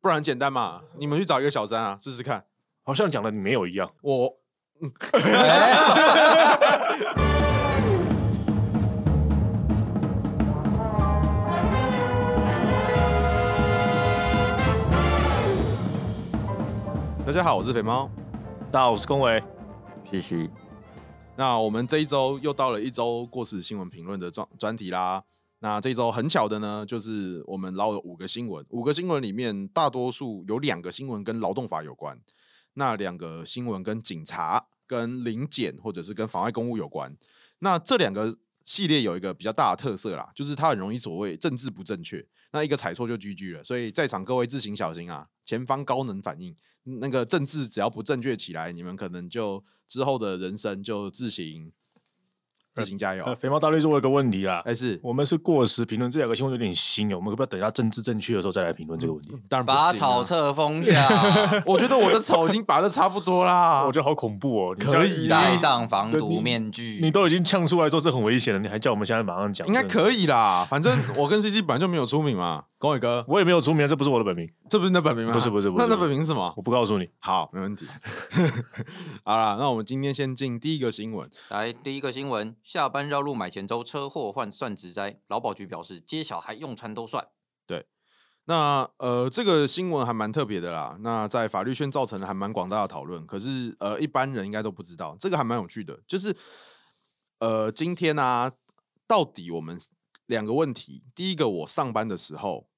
不然很简单嘛，你们去找一个小三啊，试试看。好像讲的你没有一样。我 大家好，我是肥猫。大家好，我是龚维。嘻嘻，那我们这一周又到了一周过时新闻评论的专专题啦。那这一周很巧的呢，就是我们捞了五个新闻，五个新闻里面大多数有两个新闻跟劳动法有关，那两个新闻跟警察、跟临检或者是跟妨碍公务有关。那这两个系列有一个比较大的特色啦，就是它很容易所谓政治不正确，那一个踩错就 GG 了。所以在场各位自行小心啊，前方高能反应。嗯那个政治只要不正确起来，你们可能就之后的人生就自行自行加油。呃，肥猫大律师，我有个问题啦，哎、是，我们是过时评论这两个新闻有点新哦，我们可不可以等一下政治正确的时候再来评论这个问题？当然不把行啊草册封 下，我觉得我的草已经拔的差不多啦我。觉得好恐怖哦！你可这样以啦戴上防毒面你具。都已经呛出来说这很危险了，你还叫我们现在马上讲？应该真的。可以啦，反正我跟 CC 本来就没有出名嘛。龚伟哥，我也没有出名，啊这不是我的本名，这不是你的本名吗？不是不是不是那你的本名是什么？我不告诉你。好，没问题。 好啦，那我们今天先进第一个新闻。来，第一个新闻：下班绕路买钱粥，车祸换算职灾。劳保局表示，接小孩用餐都算。那呃，这个新闻还蛮特别的啦。那在法律圈造成了还蛮广大的讨论，可是呃，一般人应该都不知道，这个还蛮有趣的。就是呃，今天啊，到底我们两个问题，第一个，我上班的时候，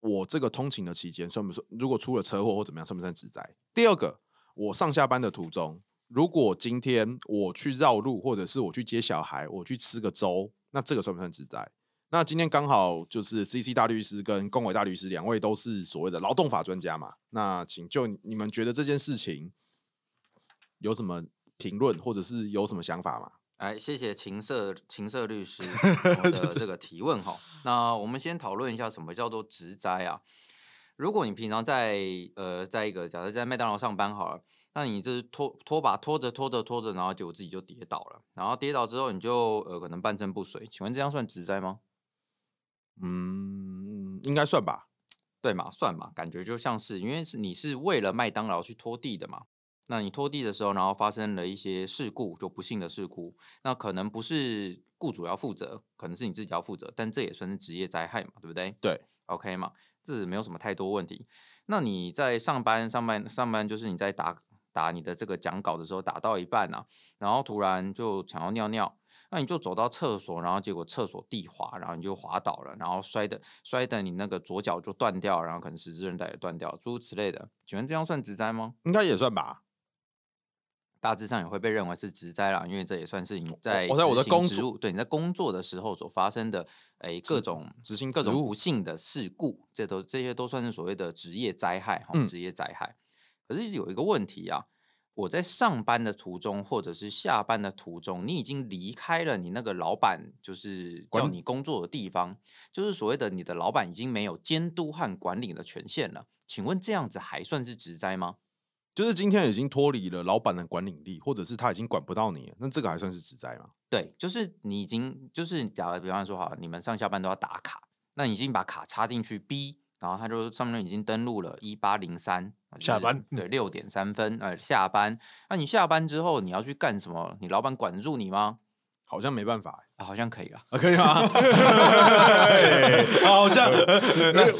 我这个通勤的期间算不算？如果出了车祸或怎么样，算不算职灾？第二个，我上下班的途中，如果今天我去绕路，或者是我去接小孩，我去吃个粥，那这个算不算职灾？那今天刚好就是 CC 大律师跟龚伟大律师两位都是所谓的劳动法专家嘛，那请就你们觉得这件事情有什么评论，或者是有什么想法吗？来，哎谢谢情色情色律师我的这个提问哈。那我们先讨论一下什么叫做职灾啊？如果你平常在呃，在一个假设在麦当劳上班好了，那你就是拖拖把拖着拖着拖着，然后结果自己就跌倒了，然后跌倒之后你就呃可能半身不遂，请问这样算职灾吗？嗯，应该算吧。对嘛，算嘛，感觉就像是因为是你是为了麦当劳去拖地的嘛。那你拖地的时候，然后发生了一些事故，就不幸的事故，那可能不是雇主要负责，可能是你自己要负责，但这也算是职业灾害嘛，对不对？对，OK 嘛，这没有什么太多问题。那你在上班、上班、上班，就是你在打打你的这个讲稿的时候，打到一半啊，然后突然就想要尿尿，那你就走到厕所，然后结果厕所地滑，然后你就滑倒了，然后摔的摔的你那个左脚就断掉，然后可能十字韧带也断掉，诸如此类的。请问这样算职灾吗？应该也算吧。大致上也会被认为是职灾啦，因为这也算是你在我在我的执行工职作务对你在工作的时候所发生的诶各职种执行各职种务不幸的事故，这都这些都算是所谓的职业灾害哈，嗯职业灾害。可是有一个问题啊，我在上班的途中或者是下班的途中，你已经离开了你那个老板就是叫管你工作的地方，就是所谓的你的老板已经没有监督和管理的权限了。请问这样子还算是职灾吗？就是今天已经脱离了老板的管理力，或者是他已经管不到你了，那这个还算是职灾吗？对，就是你已经就是假如比方说好了，你们上下班都要打卡，那你已经把卡插进去 B，然后它就上面已经登录了一八零三下班对六点三分呃下班，那你下班之后你要去干什么？你老板管得住你吗？好像没办法、啊好像可以了。欸，啊、可以吗？好像，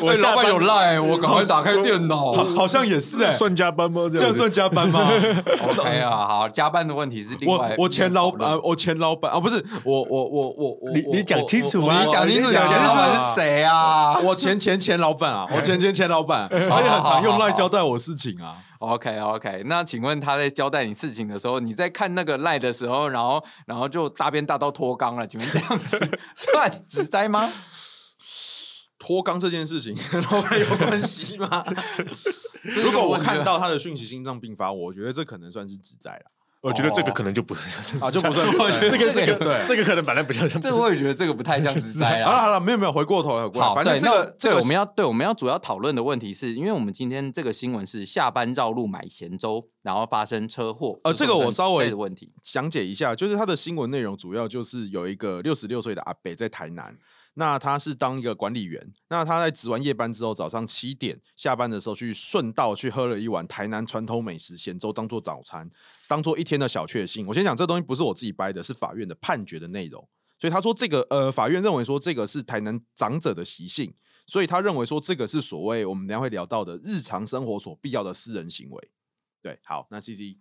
我下班赖，我赶快打开电脑 好好像也是哎、算加班吗？这这样样子算加班吗？ OK 啊，好，加班的问题是另外我我一前个老讨论板，我前老板啊，不是我我我我我，你我你讲清楚我我啊你讲清楚，前老板是？谁啊我我前前前老板 啊，我前前前老板，而且很常用赖交代我事情 啊。 ？OK OK，那请问他在交代你事情的时候，你在看那个赖的时候，然后然后就大便大到脱肛了，请问这 样子算职灾吗？脱肛这件事情跟老板有关系 吗？如果我看到他的讯息心脏病发，我觉得这可能算是职灾了我觉得这个可能就不是啊，就不 算职灾。 这个这个这也个这个可能本来不像像这我也觉得这个不太像职 灾好了啊。好了，没有没有，回过头了，回过头好，反正对这个那这对个我们要对我们要主要讨论的问题是，因为我们今天这个新闻是下班绕路买咸粥，然后发生车祸。呃这个我算稍职灾微的问题，讲解一下，就是他的新闻内容主要就是有一个六十六岁的阿伯在台南，那他是当一个管理员，那他在值完夜班之后，早上七点下班的时候去顺道去喝了一碗台南传统美食咸粥，当做早餐，当做一天的小确幸。我先讲这东西不是我自己掰的，是法院的判决的内容。所以他说这个呃，法院认为说这个是台南长者的习性，所以他认为说这个是所谓我们等一下会聊到的日常生活所必要的私人行为。对，好，那 C C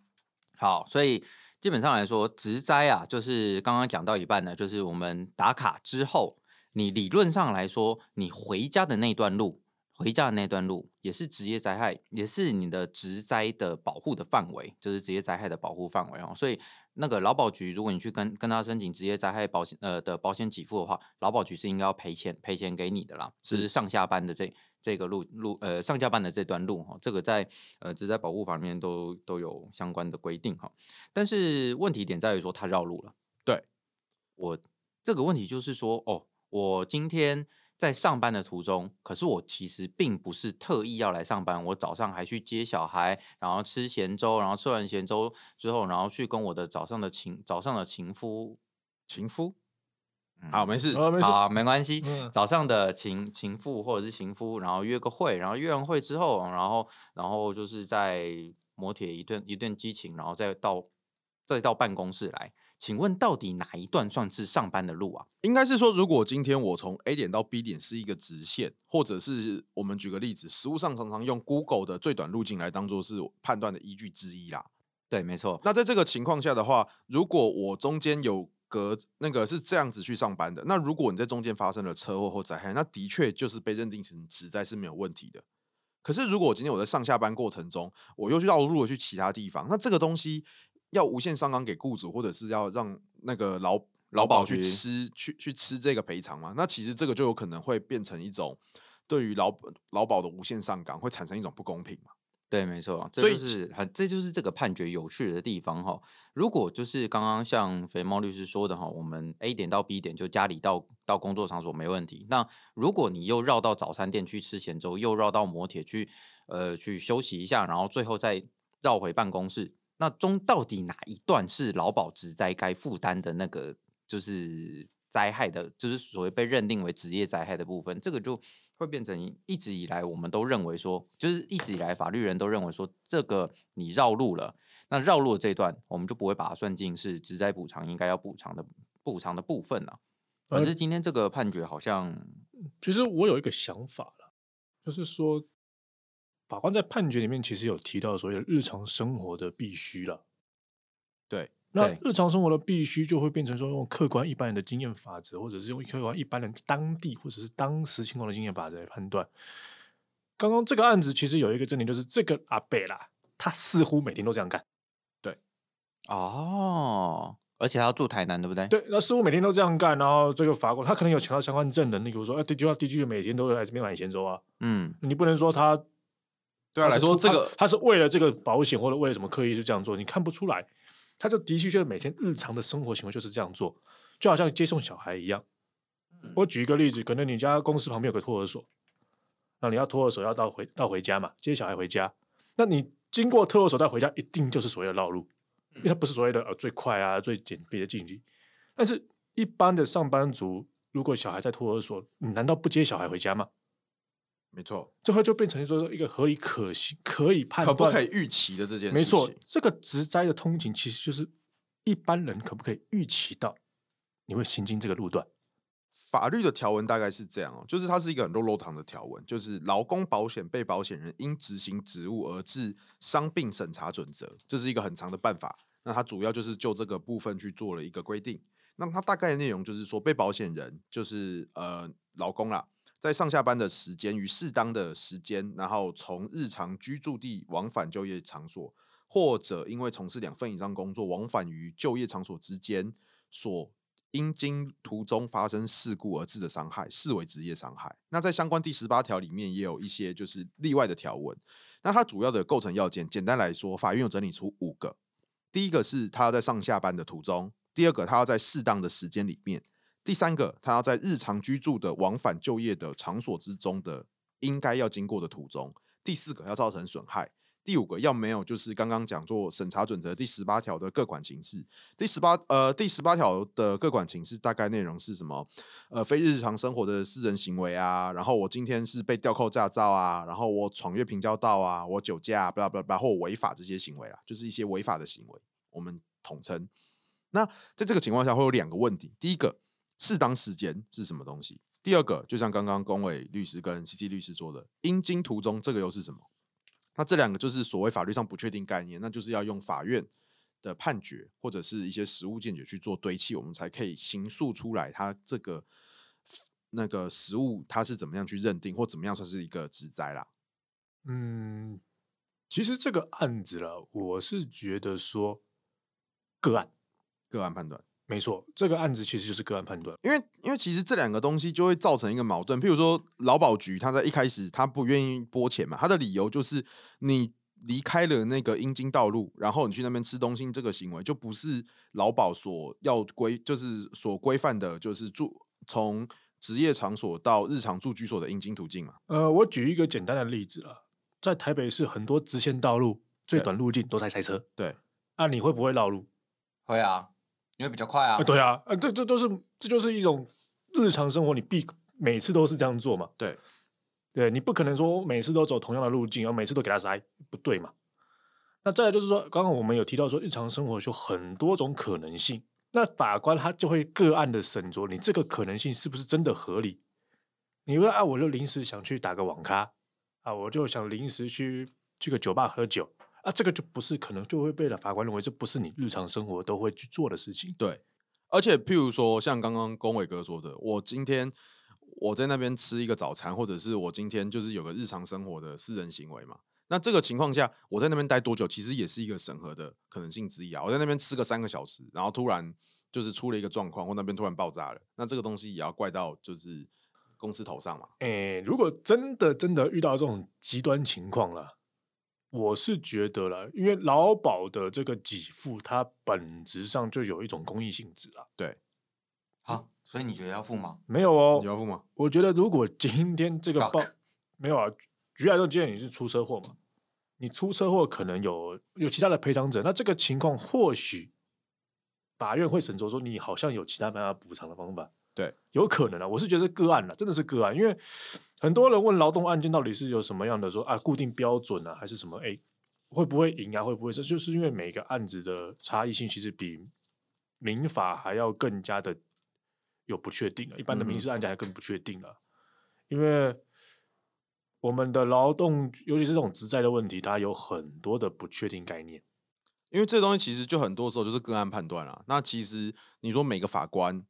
好，所以基本上来说，植栽啊，就是刚刚讲到一半呢，就是我们打卡之后，你理论上来说，你回家的那段路，回家的那段路也是职业灾害，也是你的植栽的保护的范围，就是职业灾害的保护范围哦。所以那个劳保局，如果你去跟跟他申请职业灾害保险呃的保险给付的话，劳保局是应该要赔钱赔钱给你的啦，就是上下班的这这个路路呃上下班的这段路哈、这个在呃职灾保护法里面都都有相关的规定哈、但是问题点在于说他绕路了，对我这个问题就是说哦，我今天。在上班的途中，可是我其实并不是特意要来上班，我早上还去接小孩，然后吃咸粥，然后吃完咸粥之后，然后去跟我的早上的情早上的情夫情夫，嗯好，没事，啊，没事，好，没关系。嗯早上的情情妇或者是情夫，然后约个会，然后约完会之后，然后然后就是在磨铁一顿一顿激情，然后再到再到办公室来。请问到底哪一段算是上班的路啊？应该是说，如果今天我从 A 点到 B 点是一个直线，或者是我们举个例子，实物上常常用 Google 的最短路径来当做是判断的依据之一啦。对，没错，那在这个情况下的话，如果我中间有隔那个是这样子去上班的，那如果你在中间发生了车祸或灾害，那的确就是被认定成职灾是没有问题的。可是如果我今天我在上下班过程中，我又去绕路了去其他地方，那这个东西要无限上纲给雇主，或者是要让那个劳劳劳保保去局吃去去吃这个赔偿嘛？那其实这个就有可能会变成一种对于劳劳保的无限上纲，会产生一种不公平嘛？对，没错，这所就以其是很，这就是这个判决有趣的地方哈。如果就是刚刚像肥猫律师说的哈，我们 A 点到 B 点就家里到到工作场所没问题。那如果你又绕到早餐店去吃咸粥，又绕到摩铁去呃去休息一下，然后最后再绕回办公室，那中到底哪一段是劳保职灾该负担的那个就是灾害的，就是所谓被认定为职业灾害的部分，这个就会变成一直以来我们都认为说，就是一直以来法律人都认为说，这个你绕路了，那绕路的这一段我们就不会把它算进是职灾补偿应该要补偿的补偿的部分了、可呃是今天这个判决好像其实我有一个想法了，就是说，法官在判决里面其实有提到所谓的日常生活的必须了。对，那对日常生活的必须就会变成说，用客观一般人的经验法则，或者是用客观一般人当地或者是当时情况的经验法则来判断。刚刚这个案子其实有一个争点，就是这个阿贝啦，他似乎每天都这样干。哦，而且他要住台南，对不对？对，那似乎每天都这样干，然后这个法官他可能有请到相关证人，例如说，哎、的确，的确每天都来这边买咸粥啊，嗯，你不能说他对啊，来是说突这他个他是为了这个保险或者为了什么刻意就这样做，你看不出来。他就的确就是每天日常的生活行为就是这样做，就好像接送小孩一样。我举一个例子，可能你家公司旁边有个托儿所，那你要托儿所要到回到回家嘛，接小孩回家，那你经过托儿所再回家，一定就是所谓的绕路，因为它不是所谓的呃最快啊最简便的距离。但是一般的上班族，如果小孩在托儿所，你难道不接小孩回家吗？没错，这会就变成说一个合理可行、可以判可断、不可以预期的这件事情？没错，这个植栽的通勤其实就是一般人可不可以预期到你会行经这个路段？法律的条文大概是这样哦，就是它是一个很肉肉糖的条文，就是劳工保险被保险人因执行职务而致伤病审查准则，这是一个很长的办法。那它主要就是就这个部分去做了一个规定。那它大概的内容就是说，被保险人就是呃劳工啦，在上下班的时间与适当的时间，然后从日常居住地往返就业场所，或者因为从事两份以上工作往返于就业场所之间所因经途中发生事故而致的伤害，视为职业伤害。那在相关第十八条里面也有一些就是例外的条文。那它主要的构成要件，简单来说，法院有整理出五个。第一个是他要在上下班的途中；第二个，他要在适当的时间里面；第三个，他要在日常居住的往返就业的场所之中的应该要经过的途中；第四个，要造成损害。第五个要没有就是刚刚讲做审查准则第十八条的各管情事，第十八呃第十八条的各管情事大概内容是什么？呃，非日常生活的私人行为啊，然后我今天是被吊扣驾照啊，然后我闯越平交道啊，我酒驾、啊，巴拉巴拉巴拉，或违法这些行为啊，就是一些违法的行为，我们统称。那在这个情况下会有两个问题，第一个，适当时间是什么东西？第二个，就像刚刚龚伟律师跟 CC 律师说的，应经途中这个又是什么？那这两个就是所谓法律上不确定概念，那就是要用法院的判决或者是一些实物见解去做堆砌，我们才可以形塑出来它这个那个实物它是怎么样去认定或怎么样算是一个职灾啦。嗯，其实这个案子了，我是觉得说个案个案判断。没错，这个案子其实就是个案判断。因为因为其实这两个东西就会造成一个矛盾。譬如说，劳保局他在一开始他不愿意拨钱嘛，他的理由就是你离开了那个阴茎道路，然后你去那边吃东西，这个行为就不是劳保所要规，就是所规范的，就是住从职业场所到日常住居所的阴茎途径嘛。呃，我举一个简单的例子了，在台北市很多直线道路最对短路径都在塞车，对，啊，你会不会绕路？会啊，因为比较快啊啊，。对啊，啊，这这都是这就是一种日常生活，你必每次都是这样做嘛。对，对你不可能说每次都走同样的路径，然后每次都给他塞，不对嘛。那再来就是说，刚刚我们有提到说，日常生活就很多种可能性，那法官他就会个案的审酌，你这个可能性是不是真的合理？你说啊，我就临时想去打个网咖啊，我就想临时去去个酒吧喝酒啊，这个就不是可能就会被法官认为这不是你日常生活都会去做的事情。对，而且譬如说，像刚刚龚伟哥说的，我今天我在那边吃一个早餐，或者是我今天就是有个日常生活的私人行为嘛。那这个情况下，我在那边待多久，其实也是一个审核的可能性之一啊。我在那边吃个三个小时，然后突然就是出了一个状况，或那边突然爆炸了，那这个东西也要怪到就是公司头上嘛。诶，如果真的真的遇到这种极端情况了，我是觉得啦，因为劳保的这个给付，它本质上就有一种公益性质啊。好，所以你觉得要付吗？没有你哦，要付吗？我觉得如果今天这个 Shock 报没有啊，举例来说，今天你是出车祸嘛，你出车祸可能有有其他的赔偿者，那这个情况或许法院会审酌说你好像有其他办法补偿的方法。对，有可能啊，我是觉得个案了，真的是个案，因为很多人问劳动案件到底是有什么样的说啊固定标准啊，还是什么？哎，会不会赢啊？会不会这就是因为每个案子的差异性其实比民法还要更加的有不确定啊，一般的嗯民哼事案件还更不确定了、因为我们的劳动，尤其是这种职债的问题，它有很多的不确定概念。因为这东西其实就很多时候就是个案判断啦。那其实你说每个法官，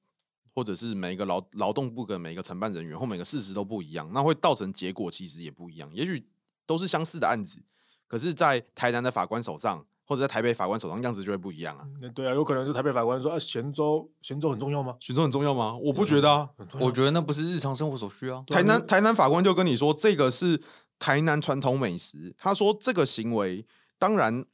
或者是每一个劳劳动部跟每一个承办人员或每个事实都不一样，那会造成结果其实也不一样。也许都是相似的案子，可是，在台南的法官手上，或者在台北法官手上，样子就会不一样啊。那对啊，有可能是台北法官说啊，咸州咸州很重要吗？选中很重要吗？我不觉得啊。我觉得那不是日常生活所需啊。台南台南法官就跟你说，这个是台南传统美食。他说这个行为，当然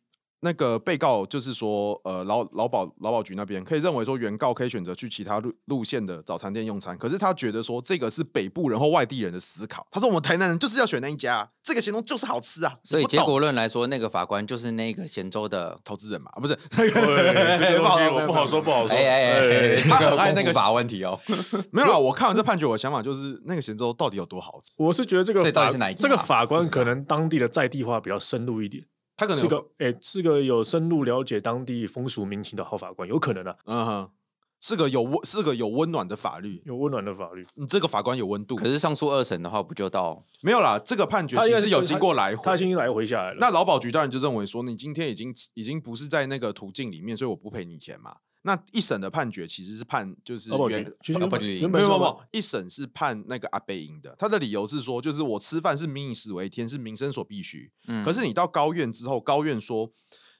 那个被告就是说，呃，劳劳保劳保局那边可以认为说，原告可以选择去其他路路线的早餐店用餐，可是他觉得说这个是北部人或外地人的思考。他说我们台南人就是要选那一家，啊这个形容就是好吃啊。所以我不结懂果论来说，那个法官就是那个咸州的。投资人嘛，啊不是？这个不好东西说我不好说，不好哎说。哎哎，他很爱那个法问题哦。没有啦，我看完这判决，我的想法就是那个咸粥到底有多好吃？我是觉得这个所以到底法是哪一这家个啊法官不知可道能当地的在地化比较深入一点，他可能是有个哎、是个有深入了解当地风俗民情的好法官，有可能啊，嗯哼，是个有温是个有温暖的法律，有温暖的法律。你嗯这个法官有温度可。是上诉二审的话，不就到没有啦，这个判决他应其该实是有他经过来他已回。经来回下来了，那劳保局当然就认为说，你今天已经已经不是在那个途径里面，所以我不赔你钱嘛。那一审的判决其实是判就是劳保原局其实劳原保本局原没本有没说有没嘛有，一审是判那个阿贝赢的，他的理由是说，就是我吃饭是民以食为天，是民生所必须。嗯可是你到高院之后，高院说，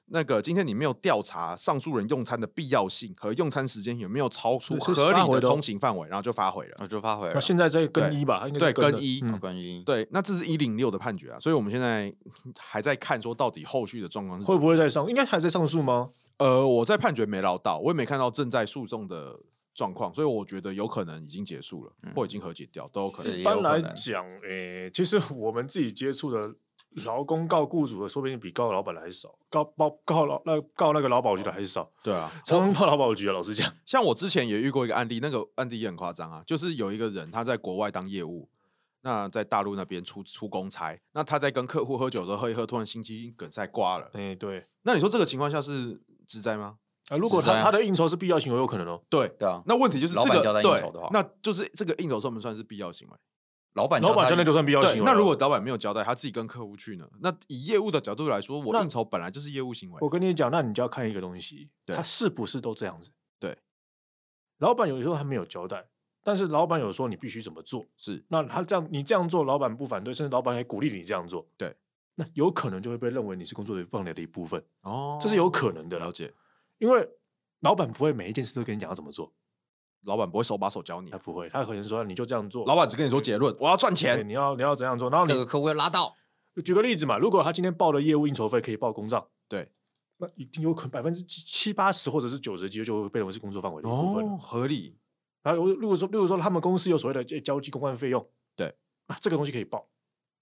那个今天你没有调查上诉人用餐的必要性和用餐时间有没有超出是是合发理回的的哦通勤范围，然后就发回了。我就发回了那。现在在更对衣吧，他应该对，是更的衣。啊嗯好关于对，那这是一零六的判决啊，所以我们现在 还在看说到底后续的状况是怎会么。不会再上？应该还在上诉吗？呃，我在判决没捞到，我也没看到正在诉讼的状况，所以我觉得有可能已经结束了，或已经和解掉，都有可嗯是能。一也般有可来能讲，诶、其实我们自己接触的劳工告雇主的，说不定比告老板的还少，告报告老那告那个劳保局的还少，对啊， 常常告劳保局啊。老 实讲，像我之前也遇过一个案例，那个案例也很夸张啊，就是有一个人他在国外当业务，那在大陆那边出出公差，那他在跟客户喝酒的时候喝一喝，突然心肌梗塞挂了。哎、对那你说这个情况下是职灾吗？啊，如果是这他样他的应酬是必要行为，有可能哦。对，对啊，那问题就是这老板交个代应对酬的话，那就是这个应酬算不算是必要行为？老板老板交真代的就算必要哦行对，为了。那如果老板没有交代，他自己跟客户去呢？那以业务的角度来说，我那应酬本来就是业务行为我。跟你讲，那你就要看一个东西，对他是不是都这样子？对，老板有时候还没有交代，但是老板有说你必须怎么做，是那他这样你这样做，老板不反对，甚至老板还鼓励你这样做，对，那有可能就会被认为你是工作范围的一部分，哦这是有可能的啦了，解。因为老板不会每一件事都跟你讲要怎么做，老板不会手把手教你他，不会，他可能说你就这样做，老板只跟你说结论，我要赚对钱。你要你要怎样做，然后这个你客户要拉到，举个例子嘛，如果他今天报的业务应酬费可以报公账，对。那一定有可能百分之七七八十或者是九十几就会被认为是工作范围的一部分了。哦，合理。然后如果说，例如说他们公司有所谓的交交际公关费用，对，那这个东西可以报，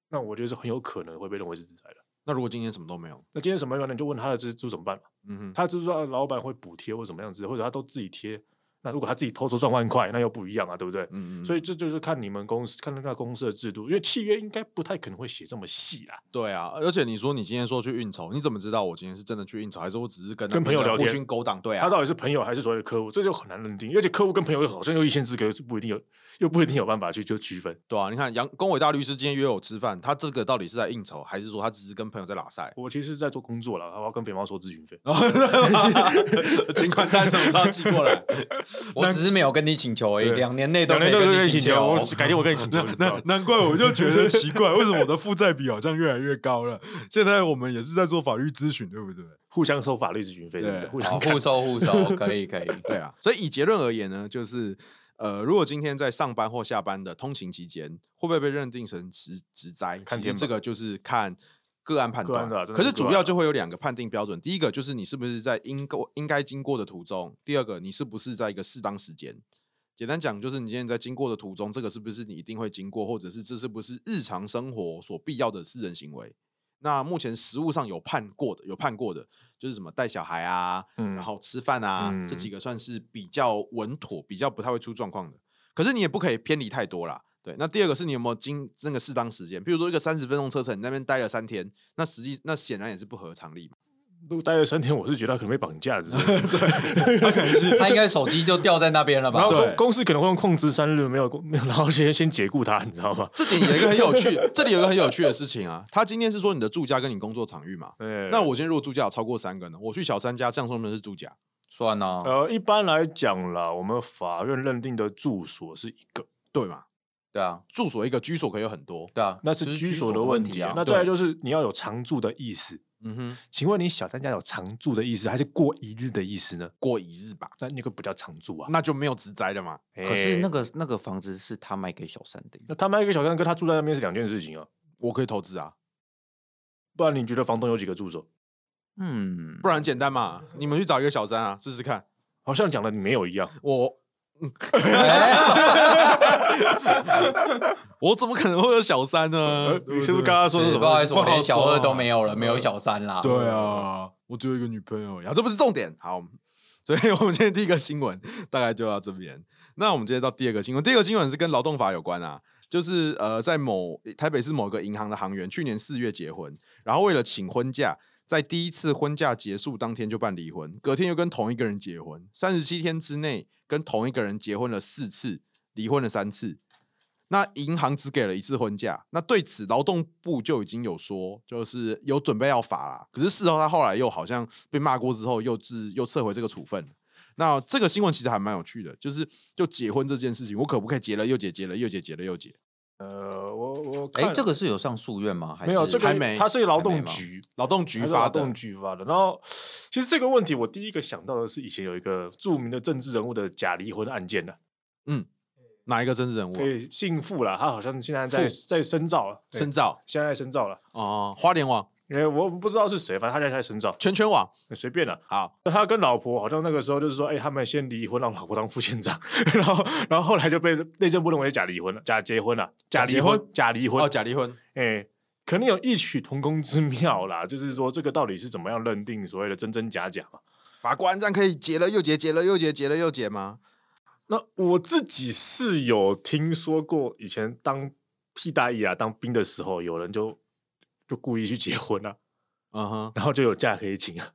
那我觉得是很有可能会被认为是制裁的。那如果今天什么都没有，那今天什么样呢？你就问他的支出怎么办嘛？嗯哼，他支出啊老板会补贴或怎么样子，或者他都自己贴。那如果他自己偷偷赚万块，那又不一样啊，对不对？嗯嗯，所以以这就是看你们公司看那个公司的制度，因为契约应该不太可能会写这么细啦。对啊，而且你说你今天说去应酬，你怎么知道我今天是真的去应酬，还是我只是跟跟朋友聊天军勾当？对啊他，到底是朋友还是所谓的客户，这就很难认定。而且客户跟朋友好像又一线之隔，是不一定有，又不一定有办法去就区分。？对啊，你看杨龚伟大律师今天约我吃饭，他这个到底是在应酬，还是说他只是跟朋友在拉塞 我其实是在做工作了，我要跟肥猫收咨询费。然后请款单什么时候寄过来？我只是没有跟你请求而已，对两年内都两没年都跟跟你你请求，求哦我。只改天我跟你请 求，你知道吗？难怪我就觉得奇怪，为什么我的负债比好像越来越高了？现在我们也是在做法律咨询，对不对？互相收法律咨询费，对不对？对互好相看互收 互收，可以可以。对啊，所以以结论而言呢，就是呃，如果今天在上班或下班的通勤期间，会不会被认定成职职灾？看其实天这吧个就是看个案判个断。案的啊真的可是是个主案要啊就会有两个判定标准，第一个就是你是不是在应过应该经过的途中，第二个你是不是在一个适当时间。简单讲，就是你现在在经过的途中，这个是不是你一定会经过，或者是这是不是日常生活所必要的私人行为？那目前实务上有判过的，有判过的，就是什么带小孩啊，嗯然后吃饭啊，这几嗯个算是比较稳妥、比较不太会出状况的。可是你也不可以偏离太多啦。对，那第二个是你有没有经那个适当时间，比如说一个三十分钟车程，你那边待了三天，那实际那显然也是不合常理嘛。如果待了三天，我是觉得他可能被绑架之类的，他应该手机就掉在那边了然后吧？对公公司可能会用控制三日，没有没有，然后先先解雇他，你知道吗？这点有一个很有趣，这里有一个很有趣的事情啊，他今天是说你的住家跟你工作场域嘛。对啊那我今天如果住家有超过三个呢？我去小三家，这样说明是住家。 算了，呃，一般来讲啦，我们法院认定的住所是一个，对嘛？对啊，住所一个，居所可以有很多。对啊，那就是居居所的的问题题啊。那再来就是你要有常住的意思。嗯哼，请问你小三家有常住的意思，还是过一日的意思呢？过一日吧，那那个不叫常住啊。那就没有职灾了嘛。可是那哎个那个房子是他卖给小三的，那他卖给小三跟他住在那边是两件事情啊。我可以投资啊，不然你觉得房东有几个助手？嗯，不然很简单嘛，你们去找一个小三啊，试试看。好像讲的你没有一样。我哎我怎么可能会有小三呢呃？你是不是刚刚说是是什不么？好意思，我连小二都没有。 有了，没有小三啦。啊对啊，我只有一个女朋友呀，这不是重点。好，所以我们今天第一个新闻大概就到这边。那我们今天到第二个新闻，第二个新闻是跟劳动法有关啊，就是呃，在某台北市某个银行的行员去年四月结婚，然后为了请婚假。在第一次婚假结束当天就办离婚，隔天又跟同一个人结婚，三十七天之内跟同一个人结婚了四次，离婚了三次。那银行只给了一次婚假，那对此劳动部就已经有说，就是有准备要罚啦。可是事后他后来又好像被骂过之后，又自又撤回这个处分。那这个新闻其实还蛮有趣的，就是就结婚这件事情，我可不可以结了又结，结了又结，结了又结？呃，我我哎，看这个是有上诉院吗？还是没有这个还没它是劳还没动吗局劳动它局是发劳的动，局发的。然后其实这个问题，我第一个想到的是以前有一个著名的政治人物的假离婚案件的，哪一个真实人物啊？对，姓傅啦，他好像现在在在深造了，对深造现在在深造了。哦，花莲网、因为我不知道是谁，反正他现在在深造，圈圈网，随便了。好，那他跟老婆好像那个时候就是说，哎、他们先离婚，让老婆当副县长， 然后，然后后来就被内政部认为是假离婚了，假结婚了，假假离结婚假离婚哦，，假离婚，哎、肯定有异曲同工之妙啦。就是说，这个到底是怎么样认定所谓的真真假假嘛？法官这样可以结了又结，结了又结，结了又结吗？那我自己是有听说过，以前当替代役啊、当兵的时候，有人就就故意去结婚啊，嗯哼，然后就有假可以请啊。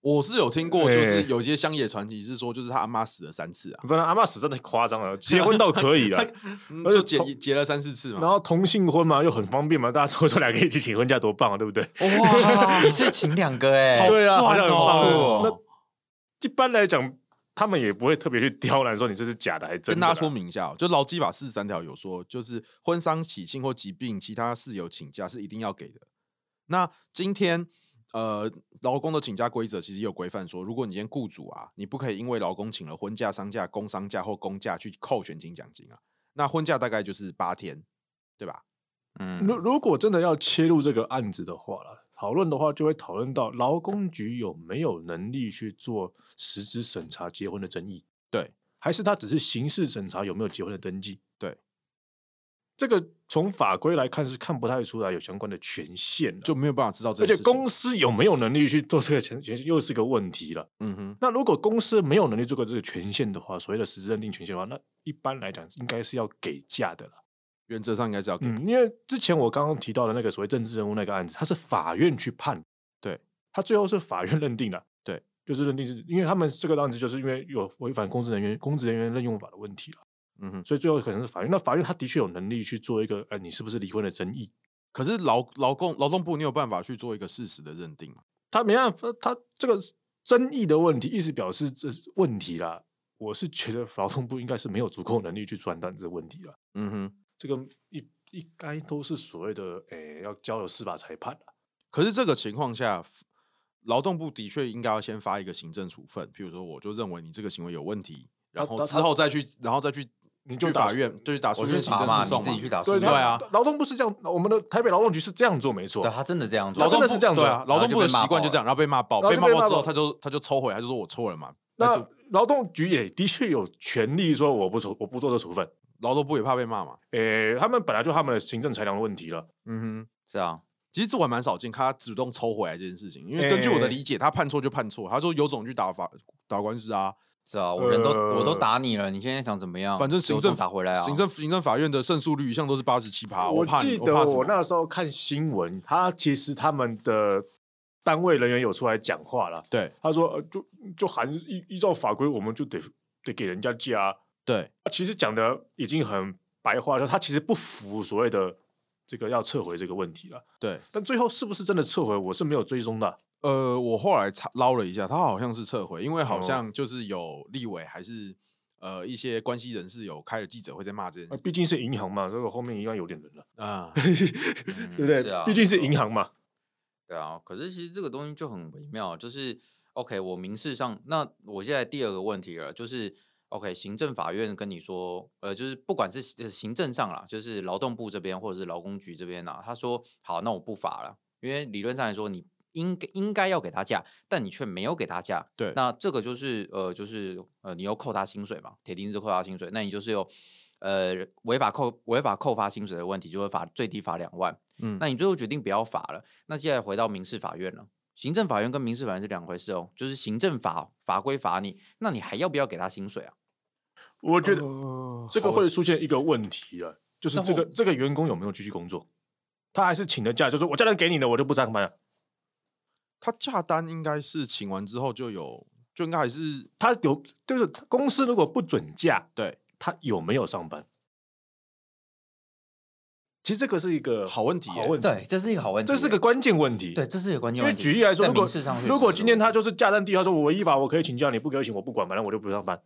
我是有听过，就哎是有些乡野传奇是说，就是他阿妈死了三次啊，，不然阿妈死真的夸张了，结婚倒可 以了嗯而且就结同结了三四次然嘛。后同性婚嘛又很方便嘛，大家凑凑两个一起请婚假多棒啊，对不对？ 哇一次请两个哎、好对啊，好赚像很棒。哦对那一般来讲，他们也不会特别去刁难说你这是假的还是真跟的大啦。家说明一下、哦，就劳基法四十三条有说，就是婚丧喜庆或疾病，其他事由请假是一定要给的。那今天呃，劳工的请假规则其实有规范说，如果你今天雇主啊，你不可以因为劳工请了婚假、丧假、工伤假或公假去扣全勤奖金啊。那婚假大概就是八天，对吧？嗯如如果真的要切入这个案子的话了，讨论的话就会讨论到劳工局有没有能力去做实质审查结婚的争议，对，还是他只是刑事审查有没有结婚的登记？对，这个从法规来看是看不太出来有相关的权限的，就没有办法知道这而件事且情。公司有没有能力去做这个权权限又是个问题了。嗯哼，那如果公司没有能力做个这个权限的话，所谓的实质认定权限的话，那一般来讲应该是要给价的啦。原则上应该是要给。嗯，因为之前我刚刚提到的那个所谓政治人物那个案子，他是法院去判，对，他最后是法院认定的，对，就是认定是因为他们这个案子就是因为有违反公职人员公职人员任用法的问题了，嗯哼。所以最后可能是法院。那法院他的确有能力去做一个，呃，你是不是离婚的争议？可是劳劳工劳动部，你有办法去做一个事实的认定吗？他没办法，他这个争议的问题，意思表示这问题啦。我是觉得劳动部应该是没有足够能力去专断这个问题了，嗯哼。这个一应该都是所谓的，诶、要交由司法裁判啦可是这个情况下，劳动部的确应该要先发一个行政处分，譬如说，我就认为你这个行为有问题，然他后他之他后再去，然后再去你去就打法院，就去打诉我愿去行查政诉嘛，你讼自己去嘛。打诉对讼。对啊他劳动部是这样，我们的台北劳动局是这样做，没错。对他啊真的这样做劳。真动的部是这样对做啊，劳动部的然后就被骂习惯就爆这样，然后被骂爆，然被后就骂被爆骂之后，爆他就他就抽回，他就说我错了嘛。那那就劳动局也的确有权利说我不处我不做这处分。劳动部也怕被骂嘛。诶，他们本来就他们的行政裁量的问题了。嗯哼，是啊，其实这我还蛮少见，看他主动抽回来这件事情，因为根据我的哎理解，他判错就判错，他说有种去打法打官司啊，是啊，我人都、我都呃打你了，你现在想怎么样？反正有行种政打回来啊！行政行政法院的胜诉率一向都是八十七趴，我怕你记我得怕什我么那时候看新闻，他其实他们的单位人员有出来讲话了，对他说、呃、就就含依依照法规，我们就得得给人家假啊、对，其实讲的已经很白话，就他其实不服所谓的这个要撤回这个问题了。对，但最后是不是真的撤回，我是没有追踪的啊。呃，我后来查捞了一下，他好像是撤回，因为好哦像就是有立委还是呃一些关系人士有开了记者会在骂这件啊事毕竟是银行嘛，这个后面应该有点人了，啊，嗯对不对？是啊，毕竟是银行嘛，对啊，可是其实这个东西就很微妙，就是 OK，我民事上，那我现在第二个问题了，就是 OK，行政法院跟你说，呃，就是不管是行行政上啦，就是劳动部这边或者是劳工局这边啦，他说好，那我不罚了，因为理论上来说你。应该应该要给他假，但你却没有给他假，对那这个就是呃，就是呃，你又扣他薪水嘛，铁定是扣他薪水，那你就是有呃违法扣违法扣发薪水的问题，就会罚最低罚两万，嗯，那你最后决定不要罚了，那现在回到民事法院了。行政法院跟民事法院是两回事哦，就是行政法法规罚你，那你还要不要给他薪水啊？我觉得得这个会出现一个问题了，就是哦那这个后这个员工有没有继续工作？他啊还是请了假，就说我假单给你了，我就不上班了。他价单应该是请完之后就有，就应该还是他有就是公司如果不准假，对他有没有上班？其实这个是一个好问题好耶问题，对，这是一个好问题，这是个关键问题。对，，这是一个关键因为问题。举例来说，在如果民事上确如实果是今个天问他题就是假单地，他说我依法我可以请假，你不给我请我不管，反正我就不上班。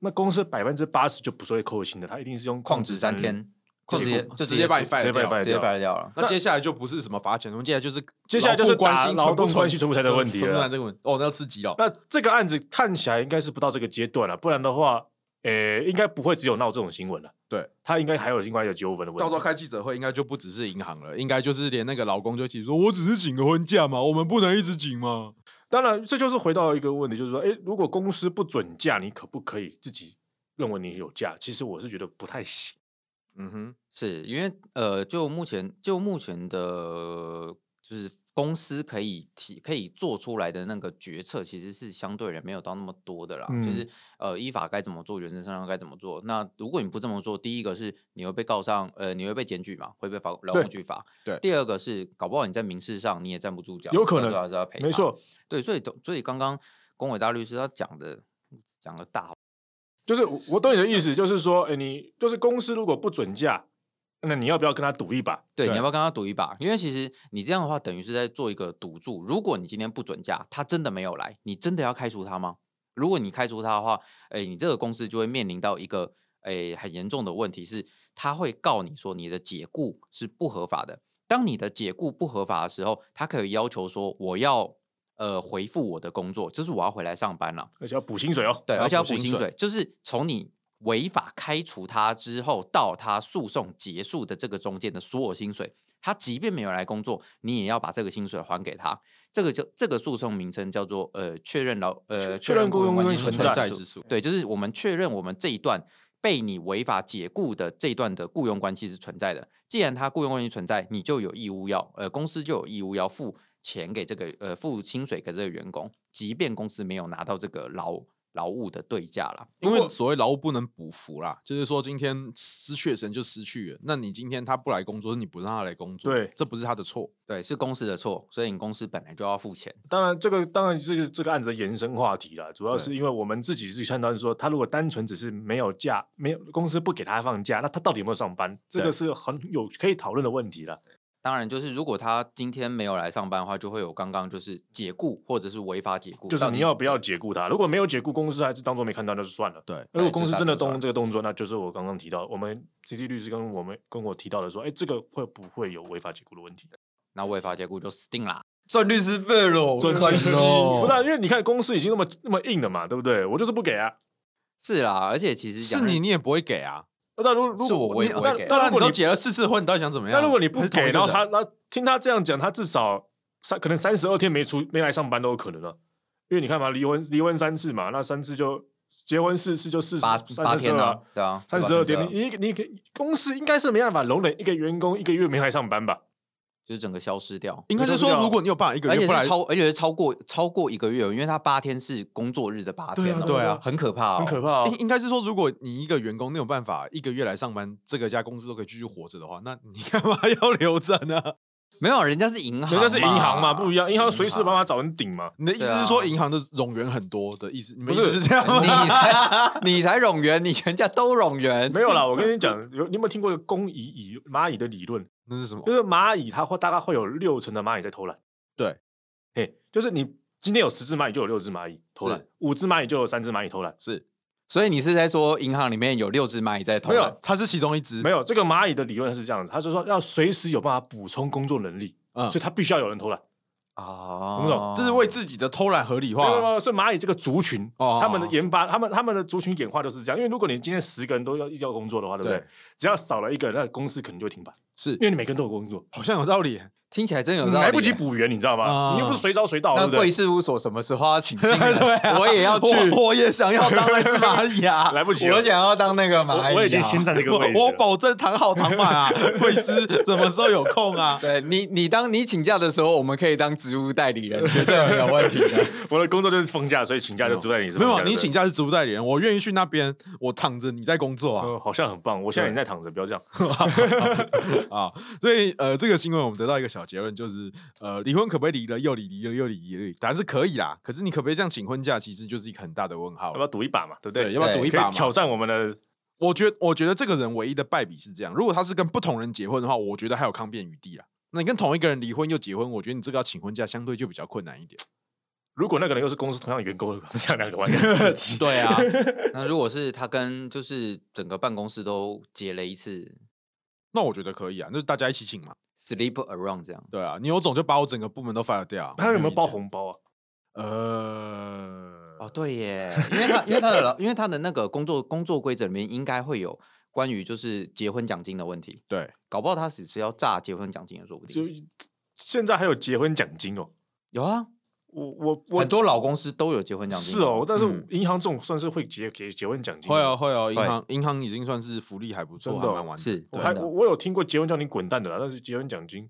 那公司百分之八十就不是会扣薪的，他一定是用旷职三日。天，就旷直职接不就直接把你 fire 嗯直接把你掉 fire 直接掉白掉了。那接下来就不是什么罚钱，我们接下来就是接下来就是劳雇关打心劳存不动关系存存不存在的问题存不存了在这个问题哦，那要吃鸡了。那这个案子看起来应该是不到这个阶段了，不然的话，呃，应该不会只有闹这种新闻了。对，他应该还有另外一个纠纷的问题。到时候开记者会，应该就不只是银行了，应该就是连那个劳工就一起说，我只是请个婚假嘛，我们不能一直请嘛。当然，这就是回到一个问题，就是说，诶，如果公司不准假，你可不可以自己认为你有假？其实我是觉得不太行。嗯哼，是因为呃，就目前就目前的，就是公司可以提可以做出来的那个决策，其实是相对人没有到那么多的啦。就是嗯呃，依法该怎么做，原则上该怎么做。那如果你不这么做，第一个是你会被告上，呃，你会被检举嘛，会被法劳对动局罚。对第二个是，搞不好你在民事上你也站不住脚，有可到最能后还是要赔。没。错，对，所以都所以刚刚龚伟大律师他讲的讲的大就是我我懂你的意思，就是说，哎，你就是公司如果不准假，那你要不要跟他赌一把？对，你对要不要跟他赌一把？因为其实你这样的话，等于是在做一个赌注。如果你今天不准假，他真的没有来，你真的要开除他吗？如果你开除他的话，哎，你这个公司就会面临到一个哎很严重的问题是，他会告你说你的解雇是不合法的。当你的解雇不合法的时候，他可以要求说我要呃回复我的工作，就是我要回来上班了。而且要补薪水哦。对，还而要且要补补薪薪水水，就是从你违法开除他之后到他诉讼结束的这个中间的所有薪水，他即便没有来工作，你也要把这个薪水还给他。这个就这个诉讼名称叫做呃确认劳呃确认雇雇佣佣关关系系存存在在之之诉诉。对，就是我们确认我们这一段。被你违法解雇的这一段的雇佣关系是存在的，既然他雇佣关系存在，你就有义务要，呃，公司就有义务要付钱给这个，呃，付薪水给这个员工，即便公司没有拿到这个劳劳务的对价啦。因为所谓劳务不能补服啦，就是说今天失去的时间就失去了。那你今天他不来工作，是你不让他来工作，对这不是他的错。对，是公司的错，所以你公司本来就要付钱。当然，这个当然这个这个案子的延伸话题啦，主要对是因为我们自己自己判断说，他如果单纯只是没有假，没有公司不给他放假，那他到底有没有上班？这对个是很有可以讨论的问题了。当然，就是如果他今天没有来上班的话，就会有刚刚就是解雇或者是违法解雇，就是到你底要不要解雇他？如果没有解雇，公司还是当做没看到，那就算了。对，如果对公就司大真的多数动啊这个动作，那就是我刚刚提到，我们 CT 律师跟我们跟我提到的说，哎，这个会不会有违法解雇的问题？那违法解雇就死定啦。赚律师费喽，赚开钱心喽不是啊、因为你看公司已经那么那么硬了嘛，对不对？我就是不给啊。是啦，而且其实是讲你你也不会给啊。那如如是果我我也你不会给啊。那当然如果你都你结了四次婚，你到底想怎么样？但如果你不还是同一给，个然后人他那听他这样讲，他至少三可能三十二天没出没来上班都有可能啊。因为你看嘛，离婚离婚三次嘛，那三次就结婚四次就四十八八三十天二啊啊，，对啊，三十八二天天这，样你你你公司应该是没办法容忍一个员工一个月没来上班吧？就是整个消失掉。应该是说，如果你有办法一个而月且不来是，超，而且是超过超过一个月哦，因为他八天是工作日的八对天哎啊哦，对啊很可怕，很可。怕、哦应。应该是说，如果你一个员工没有办法一个月来上班，这个家公司都可以继续活着的话，那你干嘛 要留着呢？没有，人家是银行，人家是银行嘛，不一样，银行随时有办法。法找人顶 嘛。你的意思对是啊说，银行的冗员很多的意思？你们意不思是是这样吗？ 你才 你才冗员，你全家都冗员。没有啦，我跟你讲，有你有没有听过一个公蚁蚁蚂蚁的理论？那是什 么就？是蚂蚁它会大概会有六成的蚂蚁在偷懒。对，嘿，就是你今天有十只蚂蚁，就有六只蚂蚁偷懒是；五只蚂蚁就有三只蚂蚁偷懒。是，所以你是在说银行里面有六只蚂蚁在偷没有懒？它是其中一只，没有这个蚂蚁的理论是这样子，他是说要随时有办法补充工作能力，嗯所以它必须要有人偷懒。啊懂不懂这是为自己的偷懒合理没有没有化。没有是蚂蚁这个族群，哦他们的研发，他们他们的族群演化就是这样。因为如果你今天十个人都要要工作的话，对不对？对只要少了一个人，那公司可能就会停摆，是因，为你每个人都有工作，好像有道理。听起来真有你道理。来不及，补员，你知道吗？啊你又不是随招随到，对那不贵对？事务所什么时候要请 进来？ 对啊，我也要去，我我也想要当那只蚂蚁啊！ 来不及了，我想要当那个我蚂蚁啊。我已经先占这个位置我我了保证躺好躺满 啊！贵司什么时候有空啊？ 对你，你当你请假的时候，我们可以当职务代理 人，绝对没有问题的。我的工作就是放假，所以请假就住在你身没有边。对啊，不对你请。假是职务代理人，我愿意去那边，我躺着你在工作啊嗯，好像很棒。我现在已经在躺着，不要这样。 啊！所以呃，这个新闻我们得到一个小结论，就是呃，离婚可不可以离了又离，离了又离，离了又当然是可以啦。可是你可不可以这样请婚假，其实就是一个很大的问号要不。要赌一把嘛？对不对，对？要不要赌一可把以嘛？挑战我们的我觉我觉得这个人唯一的败笔是这样，如果他是跟不同人结婚的话，我觉得还有抗辩余地啦。那你跟同一个人离婚又结婚，我觉得你这个要请婚假相对就比较困难一点。如果那个人又是公司同样的员工，这样两个完全刺 激。对啊， 那如果是他跟就是整个办公室都结了一次那我觉得可以啊，那就大家一起请嘛。 sleep around 这样，对啊，你有种就把我整个部门都 fire 掉啊。他有没有包我意见？红包啊？呃，哦，对耶， 因为他因为他的老因为他的那个工作工作规则里面应该会有关于就是结婚奖金的问题，对，搞不好他只是要诈结婚奖金也说不就定。现在还有结婚奖金哦。有啊，我我我很多老公司都有结婚奖金。是哦，但是嗯银行这种算是会结结结婚奖金的。会哦会哦，银会行银行已经算是福利还不错，真还的蛮哦完整是的我对啊还真的我我有听过结婚叫你滚蛋的啦，但是结婚奖金，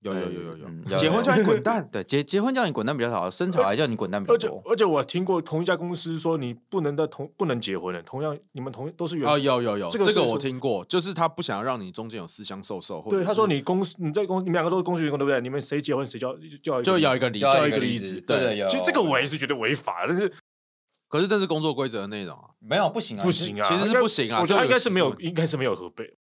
有有有有嗯有，结婚叫你滚蛋， 对，结结婚叫你滚蛋比较少，生小孩叫你滚蛋比而较且多。而且我听过同一家公司说你不能在同不能结婚了，同样你们同都是员哦，有有有，这这个个是我听过，就是他不想让你中间有私相授受，或者对，他说是你公司你在公你们两个都是公司员工对不对？你们谁结婚谁就要就要就要一一个离离职就要职一个离职。对啊对，有其实这个我也是觉得违法，但是可是这是工作规则的内容啊，没有不行啊，不行啊，其实应是该不行啊我觉这得他个应该是没有是，应该是没有核备，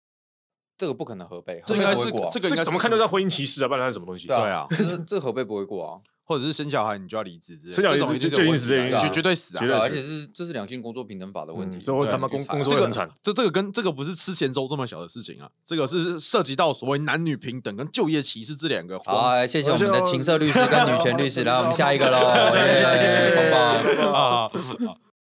这个不可能核备，这核应备该不是会过啊这个应这该怎么是看就叫婚姻歧视啊？不然它是什么东西？对对啊就是这个核备不会过啊，或者是生小孩你就要离职之类的，生小孩这种就一定就是有就问一定题啊是一对啊定绝对死绝对对啊是而且是这是两性工作平等法的问题嗯，这我对啊他妈你去工工查这作会个很惨。这这个跟这个不是吃咸粥这么小的事情啊，这个是涉及到所谓男女平等跟就业歧视这两个好，荒哎谢谢我们的情色律师跟女权律师，来我们下一个喽，好耶谢谢棒棒。啊！啊